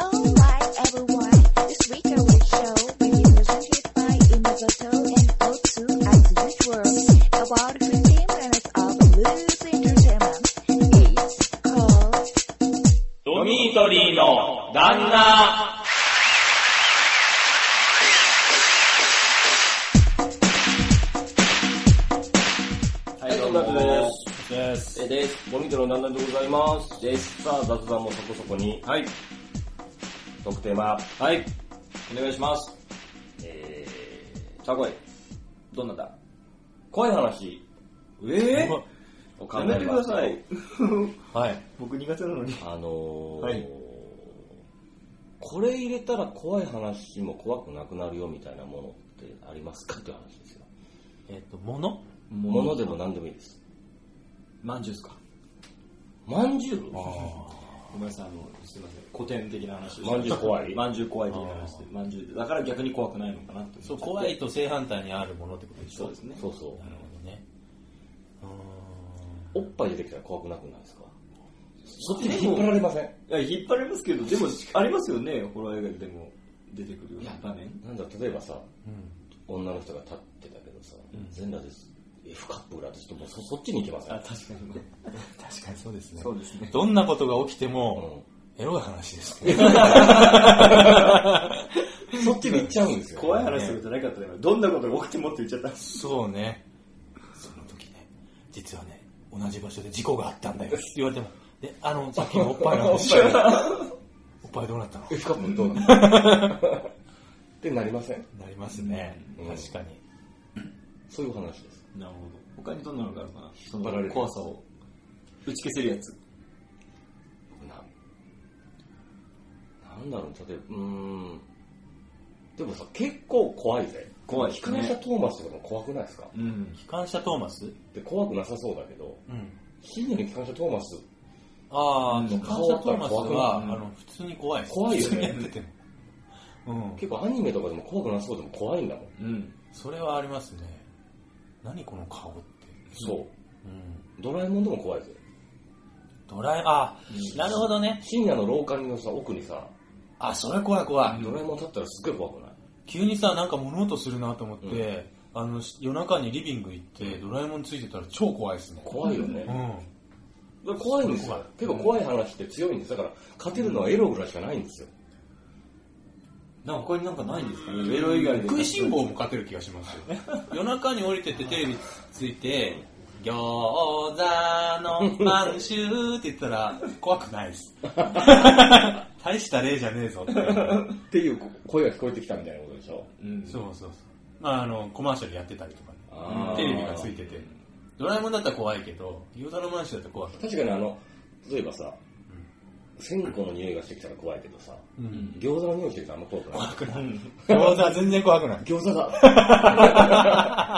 Oh my everyone, this week I will show many presented by Imozoto and O2 as usual about 15 minutes of loose entertainment. It's called ドミートリーの旦那。はい、どうもです。えです。ドミトロなんなんでございます。です。さあ、雑談もそこそこに。はい。特定は。はい。お願いします。えー、さあ来い。どんなだ怖い話。ええを考えました。やめてはい。僕苦手なのに。あのー、はいこれ入れたら怖い話も怖くなくなるよみたいなものってありますかっていう話ですよ。えっと、ものものでも何でもいいです。まんじゅうですかまんじゅうごめんなさい、あの、すいません。古典的な話です。饅頭怖いまんじゅう怖い的な話で。まんじゅう。だから逆に怖くないのかなって。そう、怖い。と正反対にあるものってことでしそょうですね。そうそうな。るほどね。うーんおっぱい出てきたら怖くなくないですかそっちに引っ張られません。いや、引っ張られますけど、でも、ありますよね、ホラー映画でも出てくるような場面。なんだろう例えばさ、うん。女の人が立ってたけどさ、ん全裸です。F カップ裏ですともうそそっちに行きません。あ、確かにね。確かにそうですね。そうですね。どんなことが起きても、うエロい話です ね。ん、そっちに行っちゃうんですよ、怖い話するんじゃなかったね。どんなことが起きてもって言っちゃった。そうね。その時ね、実はね、同じ場所で事故があったんだよ。って言われても、で、あの、さっきのおっぱ いの話。 おっぱいどうなったの F カップどうな のってなりません。なりますね。うん確かに。そういう話です。なるほど。他にどんなのがあるかなそ張られのる怖さを打ち消せるやつ。ななんだろう、例えば、うーん。でもさ、結構怖いぜ。怖い機関車トーマスとかも怖くないですかうん。機関車トーマスで怖くなさそうだけど、うん。ヒーローに機関車トーマス、あうあ、ん機関車トーマスは、怖くないあの、普通に怖いです。怖いよね普通にやってても。うん。結構アニメとかでも怖くなさそうでも怖いんだもん。うん。それはありますね。何この顔って。そう。うん。ドラえもんでも怖いぜ。ドラえ、あ、うんなるほどね。深夜の廊下のさ、奥にさ、あ、それ怖い怖い。ドラえもん立ったらすっごい怖くない急にさ、なんか物音するなと思って、あの、夜中にリビング行って、ドラえもんついてたら超怖いですね。怖いよねう。ん。だから怖いんですよ。結構怖い話って強いんです。だから、勝てるのはエロぐらいしかないんですよ。なんか他になんかないんですかねエロ以外で。食いしん坊も勝てる気がしますよ。夜中に降りてってテレビついて、餃子の満州って言ったら、怖くない です。大した例じゃねえぞって。っていう声が聞こえてきたみたいなことでしょ。うん。そうそうそう。まあ、あの、コマーシャルやってたりとかね。あーテレビがついてて。ドラえもんだったら怖いけど、餃子のマンションだったら怖くない。確かにあの、例えばさ、線香の匂いがしてきたら怖いけどさ、うん。 餃子の匂いしてきたらあんま怖くない。怖くない。餃子は全然怖くない。餃子だ。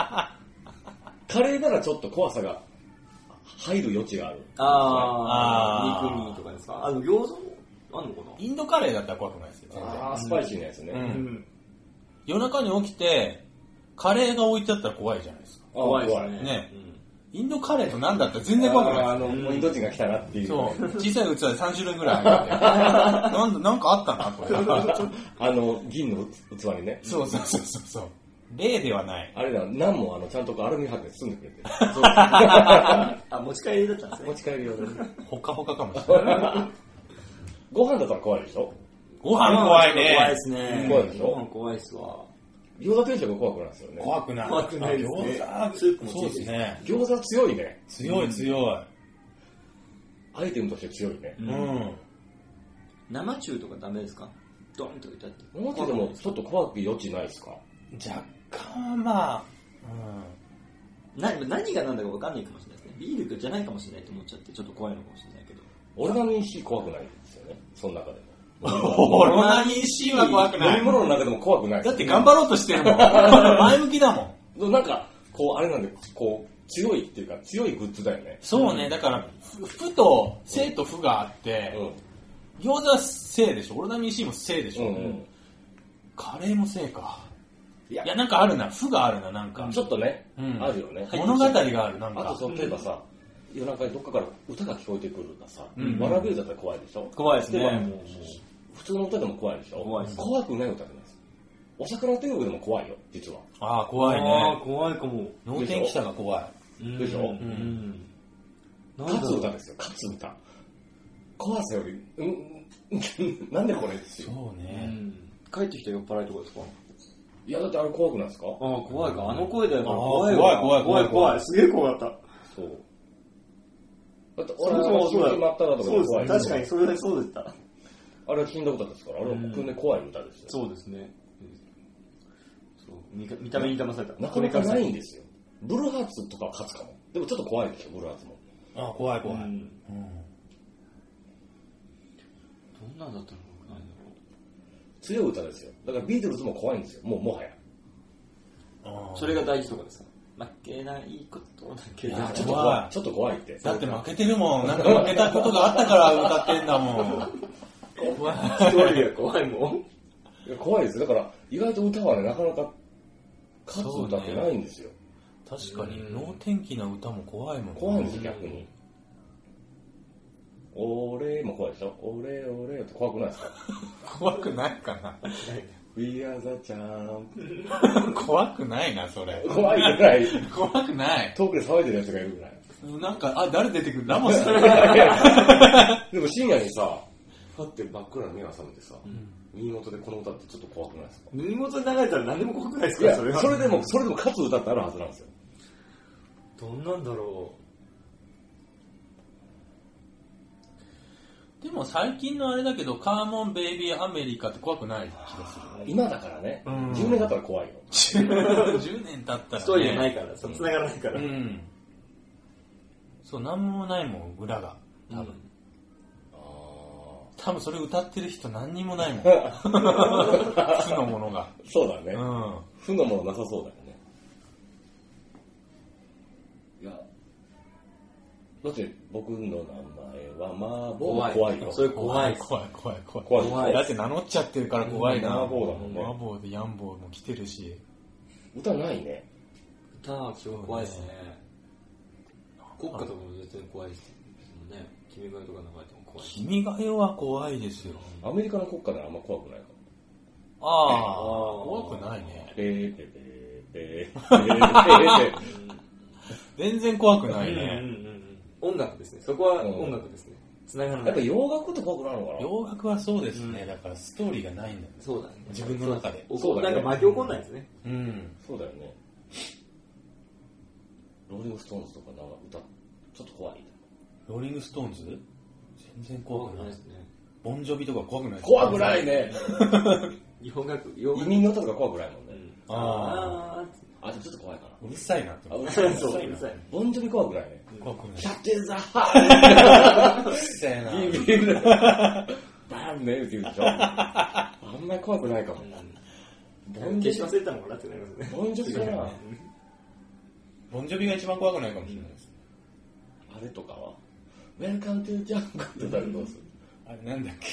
カレーならちょっと怖さが入る余地がある。あー、あー肉にとかですかあの、餃子あんのかインドカレーだったら怖くないですよ、全然。あー、スパイシーなやつね。うなんん。夜中に起きて、カレーが置いてあったら怖いじゃないですか。あー怖いですね。ねインドカレーと何だったら全然怖くあーないあの、もうインド人が来たなっていでう。す。そう。小さい器で3種類ぐらいあって。なんだなんかあったな、こ れ。あの、銀の器にね。そうそうそうそうそう。例ではない。あれだ、何もあの、ちゃんとこうアルミ箔で包んでくれて。あ、持ち帰りだったんです持ね。ち帰るようね。ほかほかかもしれない。ご飯だったら怖いでしょご飯 怖怖いいねで。すね。怖いでしょご飯怖いっすわ。餃子定食怖くないですよね。怖くない。怖くないですねあ餃子スープもそうですね。餃子強いね。強い強アイテムとして強いねい。。うん。生中とかダメですかドンと置いてあって。もうちょっともちょっと怖く余地ないですか若干まあ、な何が何だか分かんないかもしれないですね。ビールじゃないかもしれないと思っちゃって、ちょっと怖いのかもしれないけど。俺が認識怖くないんですよね。その中でも。うん。オロナミン C は怖くな 飲みい。物の中でも怖くない。だって頑張ろうとしてる もん。前向きだもん。なんか、こう、あれなんで、こう、強いっていうか、強いグッズだよね。そうね、だから、ふふと、生と不があって、餃子は生でしょ、オロナミン C も生でしうょ、ん。うん。カレーも生か。いいやや、なんかあるな、不があるな、なんか。ちょっとね、うんあるよね。 物語がある、なんあかと。そう例えばさ、夜中にどっかから歌が聞ここえてくるとさ、うんわらび歌だったら怖いでしょ怖いですねでももうもう普通の歌でも怖いでしょ怖いです怖くない歌じゃないです。お桜天国でも怖いよ、実は。ああ、怖いあね。ー怖いかも。脳天気さが怖い。でしょうんうん。なんだ勝つろう歌ですよ、勝つ歌。怖さより、うん、うん なんでこれっていうそううね。ん。帰ってきた酔っ払いとかですかいや、だってあれ怖くないですかああ、怖いか。あの声だよ。あー怖いわ怖い怖い怖い怖い怖い。すげえ怖かった。そう。だって、そ俺もそももそうだ決まったらとかそう怖いでよす。確かに、それでそうでした。あれは死んだ歌ですから、あれは僕ね、怖い歌ですよ。そうですね。そう見か見た目に騙された。なかなかこれならいんですよ。ブルーハーツとかは勝つかも。でもちょっと怖いでしょ、ブルーハーツも。ああ、怖いう怖い。うんん。どんなんだったのかわかんないけ強い歌ですよ。だからビートルズも怖いんですよ、もうもはや。あどあそれが大事とかですか負けないことだけいやだ。ちょっと怖い。ちょっと怖いって。だって負けてるもん。なんか負けたことがあったから歌ってんだ もん。怖い。一人が怖いもん。いや怖いですよ。だから、意外と歌はね、なかなか勝つ歌ってないんですよ。確かに、脳天気な歌も怖いもん。怖いんですよ、逆に。俺も怖いでしょ俺、俺って怖くないですか怖くないかな。 ?We are the champ. 怖くないな、それ。怖いぐらい、怖くない。遠くで騒いでるやつがいるぐらい。 なんか、あ、誰出てくるラモス。でも深夜にさ、ふって真っ暗な目が覚めてさ、耳元でこの歌ってちょっと怖くないですか耳元に流れたら何でも怖くないですいかや、そそれれでは。も、それでも勝つ歌ってあるはずなんですよ。どんなんだろでも最近のあれだけど、カーモンベイビーアメリカって怖くない気がする。今だからね、うん10年だったら怖いよ。 10年経ったら、ね。う。一人じゃないから、そう繋がらないかうら。ん。そう、なんもないもん、裏が。多分。多分それ歌ってる人何にもないもん。木のものが。そうだねう。ん。負のものなさそうだよね。いや、だって僕の名前はマーボー怖いよ。それ怖いっす。怖い怖い怖い。怖い怖いだって名乗っちゃってるから怖いな。うん麻婆だもんね麻婆でヤンボーも来てるし。歌ないね。歌は基本怖いですね。国家とかも全然怖いですもんね。君が代とか流れても怖いし。君が代は怖いですよ。アメリカの国歌であんま怖くないかも。ああ、ー怖くないね。ペーペーペーペーペーペーペー全然怖くなうんいうんうんね。うん。音楽ですね。そこはうん音楽ですね。繋がらやっぱない。洋楽って怖くなるのかな洋楽はそうですね。だからストーリーがないんだよね。そうだね。自分の中で。そうだなんねか巻き起こんないですね。うん。そうだよね。ローリングストーンズとかなんか歌、ちょっと怖い。ローリングストーンズ全然怖くない。すね。ボンジョビとか怖くない。怖くないね。洋楽、洋移楽。民の歌とか怖くないもんね。あああ、でもちょっと怖いかな。あ。うるさいなってあ、う思るう。さい。そううるさい。ボンジョビ怖くないね。怖くない。キャプテンザハうるさいな。ービビる。バーンねって言うでしょ。あんまり怖くないかも。ーボ消ンジしョ忘れたのかなってなりますねビ、。ボンジョビかな。ボンジョビが一番怖くないかもしれないです。あれとかは ?Welcome to Jungle って誰どうするあれなんだっけ。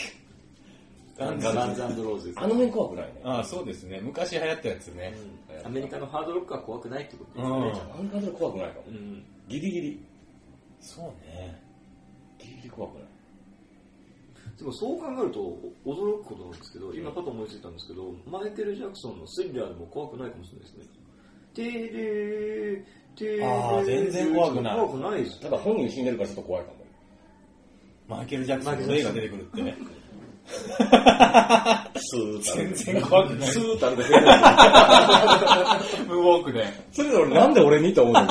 ガンガンズローズですあの辺怖くないね。ああ、そうですね。昔流行ったやつね。うんアメリカのハードロックは怖くないってことですうよんね。。アメリカで怖くないかもう。ん。ギリギリ。そうね。ギリギリ怖くない。でもそう考えるとお驚くことなんですけど、今パと思いついたんですけど、マイケル・ジャクソンのスリラーでも怖くないかもしれないですね。てーれー、てーれー。あー全然怖くない怖くないですただ本人死んでるからちょっと怖いかも。マイケル・ジャクソンの映画出てくるって ね。スーッ全然怖くないス。ーッたるで死んでる。ムーンウォーク で。それで俺 なんで俺にと思うの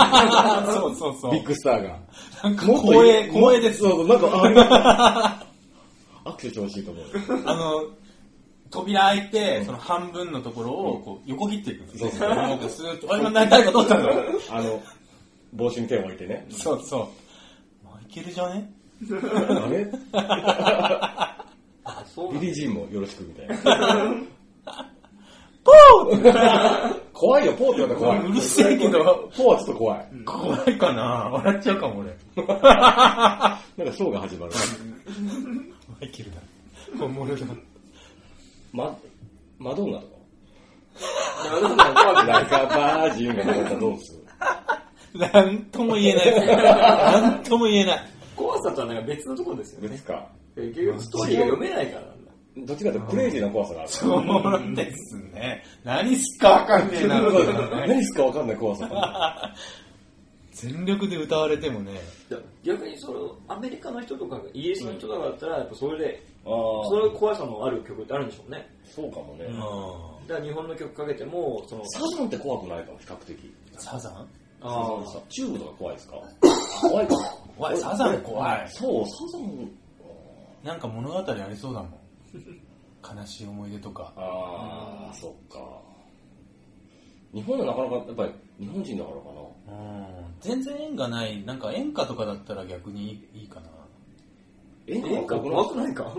そうそうそうビッ。グスターが。なんか光 栄、光栄です。そう、なんか、アクセス欲しいと思う。あの、扉開いて、その半分のところをこう横切っていくんですよ。そうそうなんかスーッと、あ、今何か取ったんだ。あの、帽子に手を置いてね。そうそう。マイケルじゃねあれあ、そうビなんだリー・ジーンもよろしくみたいな。ポー怖いよ、ポーって言われたら怖うい。るせえけど、ポーはちょっと怖い。怖いかな笑っちゃうかも俺。なんかショーが始まる。マイケルだ。本物だ。ま、マドンナとか。なるほど怖くない。ラカバージンが流れたらどうするなんとも言えない。なんとも言えない。怖さとはなんか別のところですよね。別か。結局ストーリーが読めないからなんだ。どっちかというとクレイジーな怖さがある。そうですね。何すっかわかんねえなっていうのがね何すかわかんない怖さがあ全力で歌われてもね、だ逆にそれをアメリカの人とかイギリスの人とかだったらやっぱそれで、る。ああそ、れ怖さのある曲ってあるんでしょうねそうかもね。うだから日本の曲かけてもそのサザンって怖くないかも、比較的。ん、サザンあサーザンチューブとか怖いですか怖いかも。怖い、サザン怖い。そう、サザン。なんか物語ありそうだもん。悲しい思い出とか。ああ、そっか。日本はなかなか、やっぱり日本人だからかな。うん、全然縁がない、なんか演歌とかだったら逆にいいかな。ええ怖くない怖くないかなん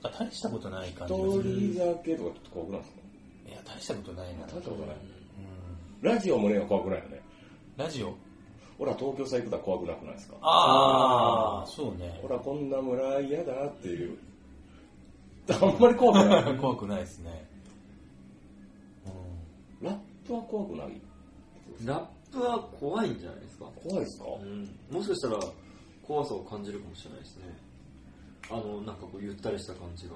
か大したことない感じがす一る。人いだけとかちょっと怖くないですかや、大したことないな。大したことない。うん、ラジオもね、怖くないよね。ラジオ俺は東京さ行くだ怖くなくないですかああ、そうね。ほら、こんな村嫌だっていう。あんまり怖くない。怖くないですね。ラップは怖くないラップは怖いんじゃないですか、怖いですかうん、もしかしたら怖さを感じるかもしれないですねあのなんかこうゆったりした感じが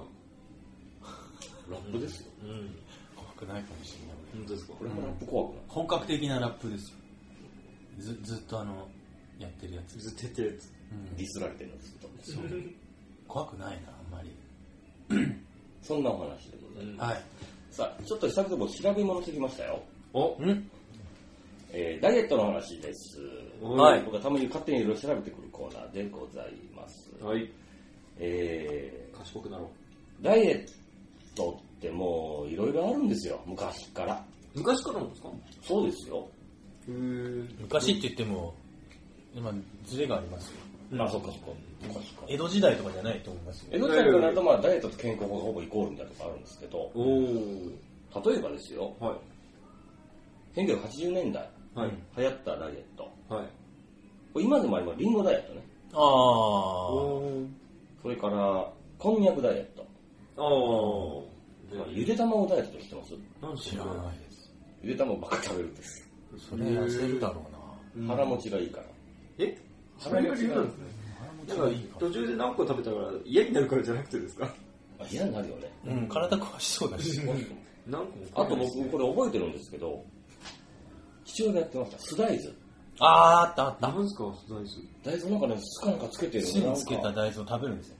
ラップですよ。うん怖くないかもしれない。本当ですかこれもラップ怖くない。本格的なラップですよ。ずずっとあの、やってるやつ。ずっとやってるやつうんディスられてるんですけど。そう怖くないな、あんまり。そんなお話でございます。はい。さあ、ちょっと久々も調べ物してきましたよ。おうんえーダイエットの話です。はい僕がたまに勝手にいろいろ調べてくるコーナーでございます。はいえ賢くなろうーダイエットってもういろいろあるんですよ、昔から。昔からなんですかへそうですよ。え昔って言っても、今、ズレがありますよ。まあ、そっかそっか。そっかそっか江戸時代とかじゃないと思いますよ。江戸時代からなると、まあ、ダイエットと健康法がほぼイコールみたいなとこあるんですけど、おお例えばですよ、は1980年代いはい流行ったダイエット。はいこれ今でもあります、リンゴダイエットね。ああ。おそれから、こんにゃくダイエット。あーゆで卵ダイエットしてますなん知らないです。ゆで卵ばっか食べるんです。それ痩せるだろうな。腹持ちがいいから。えそれが理由なんですねだから途中で何個食べたから嫌になるからじゃなくてですかまあ、嫌になるよね。うん、体壊しそうだし。何個もあと僕、これ覚えてるんですけど、父親がやってました。酢大豆。あーあったあった。何ですか大豆大豆なんかね、酢かなんかつけてる酢にねつけた大豆を食べるんですよ。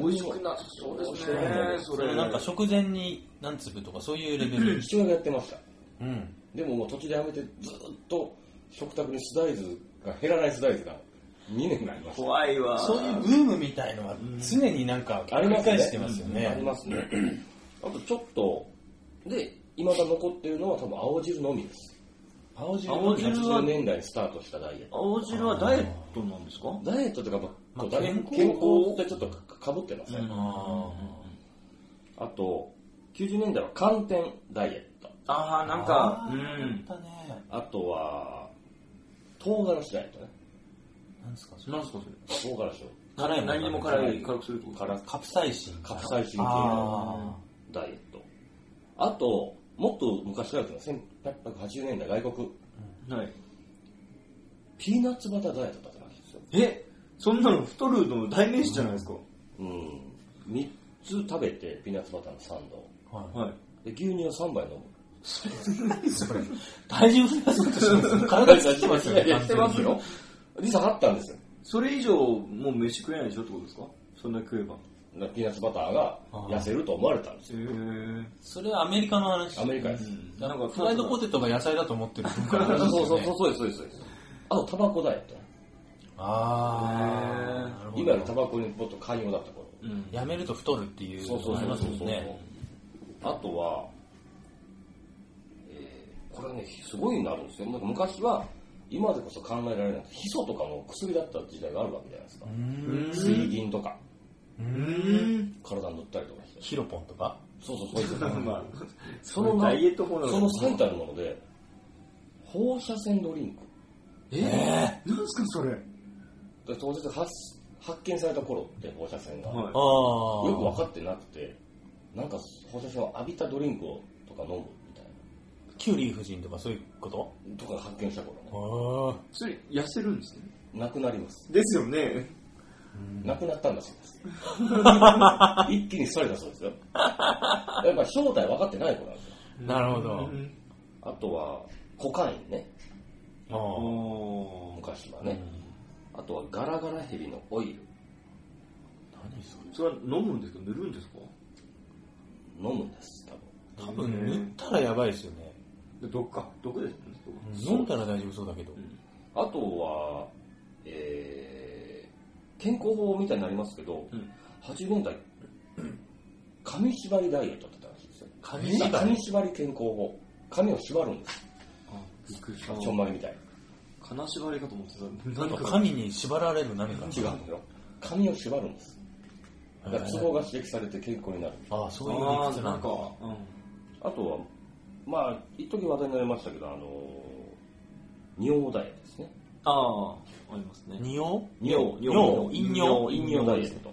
美味しくなそうですねそれなんか食前に何粒とかそういうレベル。父親がやってました。うん。でももう途中でやめて、ずっと食卓に酢大豆が減らない酢大豆が2年ぐらいありました。怖いわそういうブームみたいのは常になんかありますね。してますよね。ありますね。あとちょっと、で、未だ残ってるのは多分青汁のみです。青汁青汁は80年代にスタートしたダイエット。青汁はダイエットなんですかダイエットというか、まあまあダイエット健健康康ってちょっとかかぶってますね。ああと、90年代は寒天ダイエット。ああーなんかあうーんあったね。あとは、唐辛子ダイエットね。なんですかそれ何ですか唐辛子をそ辛いれもん何にも辛い辛くするってこと辛カプサイシン。カプサイシン系あのダイエット。あと、もっと昔からですね、1880年代外国、はいピーナッツバターダイエットだったわけですよ。えそんなの太るの代名詞じゃないですかうん。3つ食べて、ピーナッツバターのサンドを。ーはいはで、い牛乳を3杯飲む。それ、体重増やそうとしてます。体がしてますよね。いやしてますよ。実はあったんですよ。それ以上もう飯食えないでしょってことですかそんな食えばだからピーナッツバターが痩せると思われたんですよ。へえ それはアメリカの話。アメリカです。なんかフライドポテトが野菜だと思ってる文化の話ですよそうねそうそう、そうです、そうですそうです。あと、タバコダイエットね。あへーあ。なるほど今のタバコにもっと寛容だった頃。うんやめると太るっていうそうそうのがあそうそりますうもんそう、ね。あとは、えー、これね、すごいのあるんですよ。なんか昔は、今でこそ考えられない。ヒ素とかも薬だった時代があるわけじゃないですか。水銀とか、うん体に塗ったりとかして。ヒロポンとかそうそう、そうです。 まあそのダイエット法なのその最たるもので、放射線ドリンク。えー、なんすかそれで当日発発見された頃って放射線が、はいああ。よく分かってなくて、なんか放射線を浴びたドリンクをとか飲むみたいキュリー夫人とかそういうことな、とか発見した頃ね、あそれ痩せるんですねなくなります。ですよね亡くなったんだそうです。一気に廃れたそうですよ。やっぱ正体分かってない子なんですよ。なるほど。あとは、コカインね、ああ昔はね。あとはガラガラヘビのオイル、あ。何それそれは飲むんですか塗るんですか飲むんです、多分。多分塗ったらやばいですよね。で毒か毒ですよねそこ飲んだら大丈夫そうだけど。あとは、えー、健康法みたいになりますけど、うん80年代、紙縛りダイエットって言ったらしいですよ。紙縛り紙縛り健康法。紙を縛るんです。あびっくりしちょんまりみたいた金縛りかと思ってたなんか神に縛られる何な。違か。うんですよ。紙を縛るんです。だからツボが刺激されて健康になる。ああ、そういう理あ屈ーななんんだか。あとは、まあ、一時話題になりましたけど、あのー、尿ダイエットですね。ああありますね匂う尿、尿飲尿尿、飲尿ダイエット。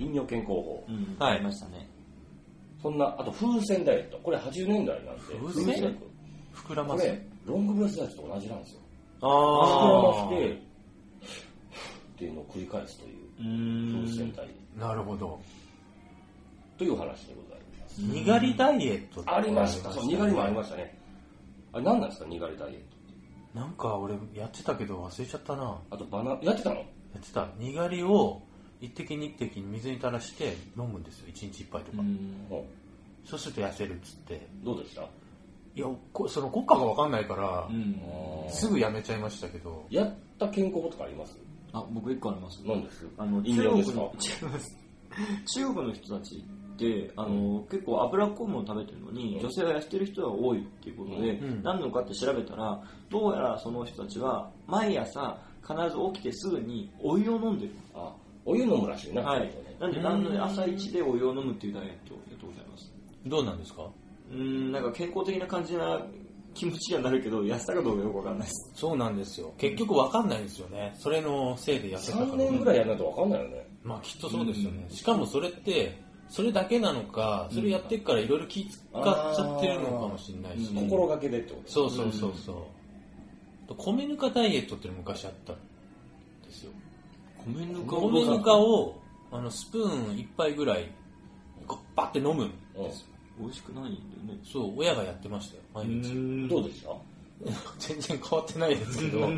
飲尿健康法。うんはいありましたねそんな、あと風船ダイエット。これ80年代なんで。風船膨らこます。れ、ロングブレスダイエットと同じなんですよ。膨らあまして、っていうのを繰り返すといううう風船んダイエッあ。なるほど。トという話でございます。にがりダイエットってありました。ねそう、にがりもありましたね。あれ何なんですか、にがりダイエッなんか俺やってたけど忘れちゃったな。やト。あと、バナ、やってたのってた。にがりを一滴二滴水に垂らして飲むんですよ。一日一杯とか。もそうすると痩せるっつって。うどうでしたいや、こその国家がわかんないからう、んすぐやめちゃいましたけど。やった健康法とかありますあ僕一個あります何ですあの、飲中料国ですかの、違います中国の人たちって、あの、結構脂っこいもの食べてるのに、うん女性が痩せてる人が多いっていうことで、うん何のかって調べたら、どうやらその人たちは、毎朝、必ず起きてすぐにお湯を飲んでる。あ、お湯飲むらしいな。はいちょっとね。なんで、うんなんで朝一でお湯を飲むっていうダイエットをやってございます。どうなんですかうーん、なんか健康的な感じな気持ちにはなるけど、痩せたかどうかよくわかんないです。そうなんですよ。結局わかんないんですよね。それのせいで痩せたから。 3年ぐらいやらないと分かんないよね。まあきっとそうですよね。しかもそれって、それだけなのか、それやってっからいろいろ気使っちゃってるのかもしれないし。うん心がけでってことですそうそうそうそう。米ぬかダイエットっていうの昔あったんですよ。米ぬか米ぬかを、あの、スプーン一杯ぐらい、こうバッて飲む。う美味しくないんだよね。そう、親がやってましたよ、毎日。んんどうでした全然変わってないですけど、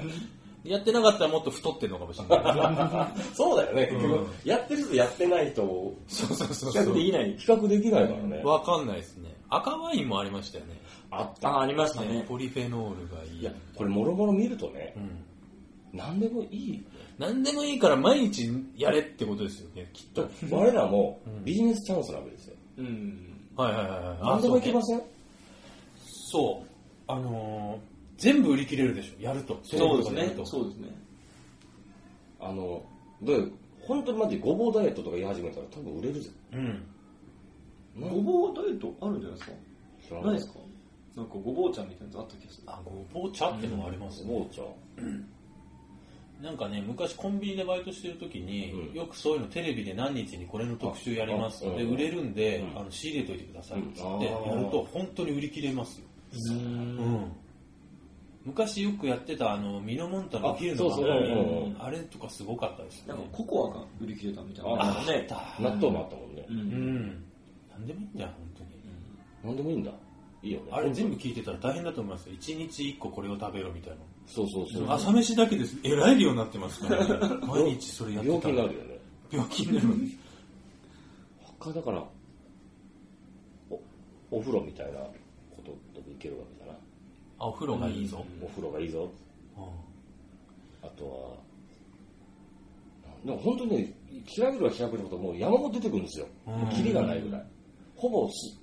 やってなかったらもっと太ってんのかもしれ ない。そうだよね、結うん局、やってる人とやってない人をそうそうそう比そ較でう。きない。比較できないからね。わかんないですね。赤ワインもありましたよね。あった。あ、ありましたねね。ポリフェノールがいい。いや、これもろもろ見るとねう、ん。何でもいい。何でもいいから毎日やれってことですよね、きっと。我らもうんビジネスチャンスなわけですよ。うん。はいはいはいはい。何でもいけませんそう。あのー、全部売り切れるでしょ、やると。そうですね。そうそうですね。あの、で、本当にマジごぼうダイエットとか言い始めたら多分売れるぜ。うん。なんごぼうダイエットあるんじゃないですか知らないなでいすかなんかごぼうちゃんみたいなやつあった気がする。あ、ごぼう茶ってのもありますね。ごぼうちゃん。なんかね、昔コンビニでバイトしてる時に、うんよくそういうのテレビで何日にこれの特集やります。ああで、うん売れるんで、うんあの仕入れといてくださいっつって、うんああやると本当に売り切れますよ。うん。昔よくやってたあの、ミノモンタのお昼のあそう番そう組うんあれとかすごかったですなよんかね。ココアが売り切れたみたいな。ああった。納豆もあったもんねう。。うんん。なんでもいいんだよ、本当に。何でもいいんだ。いいよね。あれ全部聞いてたら大変だと思いますよ。1日1個これを食べろみたいな。そうそうそう。朝飯だけです。えらい量になってますから ね。毎日それやって病気たらになるよね。病気になる。他だから、お、お風呂みたいなことでもいけるわけだな。あ、 お風呂がいいぞ。お風呂がいいぞ。うあとは、でも本当にね、調べれば調べるほどもう山ほど出てくるんですよ。うんキリがないぐらい。ほぼす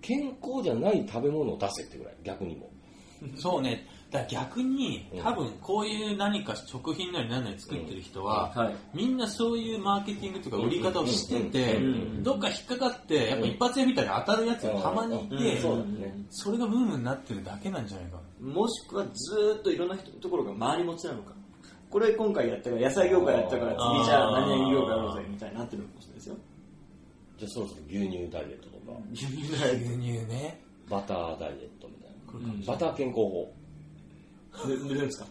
健康じゃない食べ物を出せってぐらい、逆にも。んそうね。だから逆にうん、多分こういう何か食品なり何なり作ってる人は、はい。みんなそういうマーケティングとか売り方をしててうんうんうんう、んどっか引っかかって、やっぱ一発屋みたいに当たるやつがたまにいうんて、そうだね。それがブームになってるだけなんじゃないかな。もしくはずーっといろんな人ところが回り持ちなのか。これ今回やったから、野菜業界やったから、あー次じゃあ何々業界やろうぜみたいになってるかもしれないですよ。じゃあそろそろ牛乳ダイエットとか、牛乳ね。バターダイエットみたいこれうんな。バター健康法。塗るんですか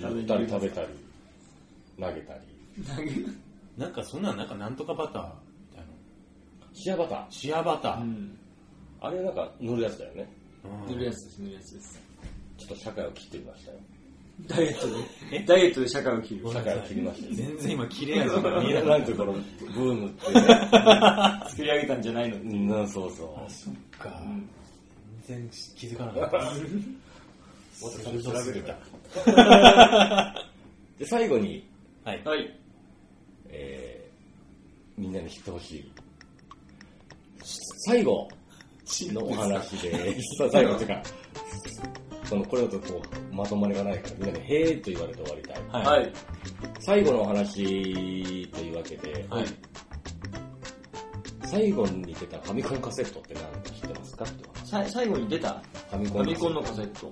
塗ったり食べたり、投げたり。なんかそんなん、なんかなんとかバターみたいな。シアバター。シアバタうー。ん。あれなんか塗るやつだよね。うん塗るやつです、塗るやつです。ちょっと社会を切ってみましたよ。ダイエットで。ダイエットで社会を切る。社会を切りましたよ。全然今切れ味が見見ええななかっいところ、ブームって、作り上げたんじゃないのうん、そうそう。た。そっか。全然気づかなかった。私調べるか。 で、最後に、はい。はい。えー、みんなに知ってほしい。最後のお話 です。さ最後っていうか、その、これだとこう、まとまりがないから、みんなにへーと言われて終わりたい。はい。はい。最後のお話というわけで、はい。最後に出たファミコンカセットって何か知ってますかって話さ最後に出たファミフコンァミコンのカセット。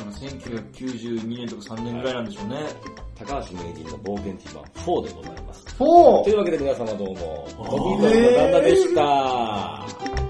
あの1992年とか3年ぐらいなんでしょうね。高橋名人の冒険ティーマン4でございます。ほというわけで皆様どうも、ドミートの旦那でした。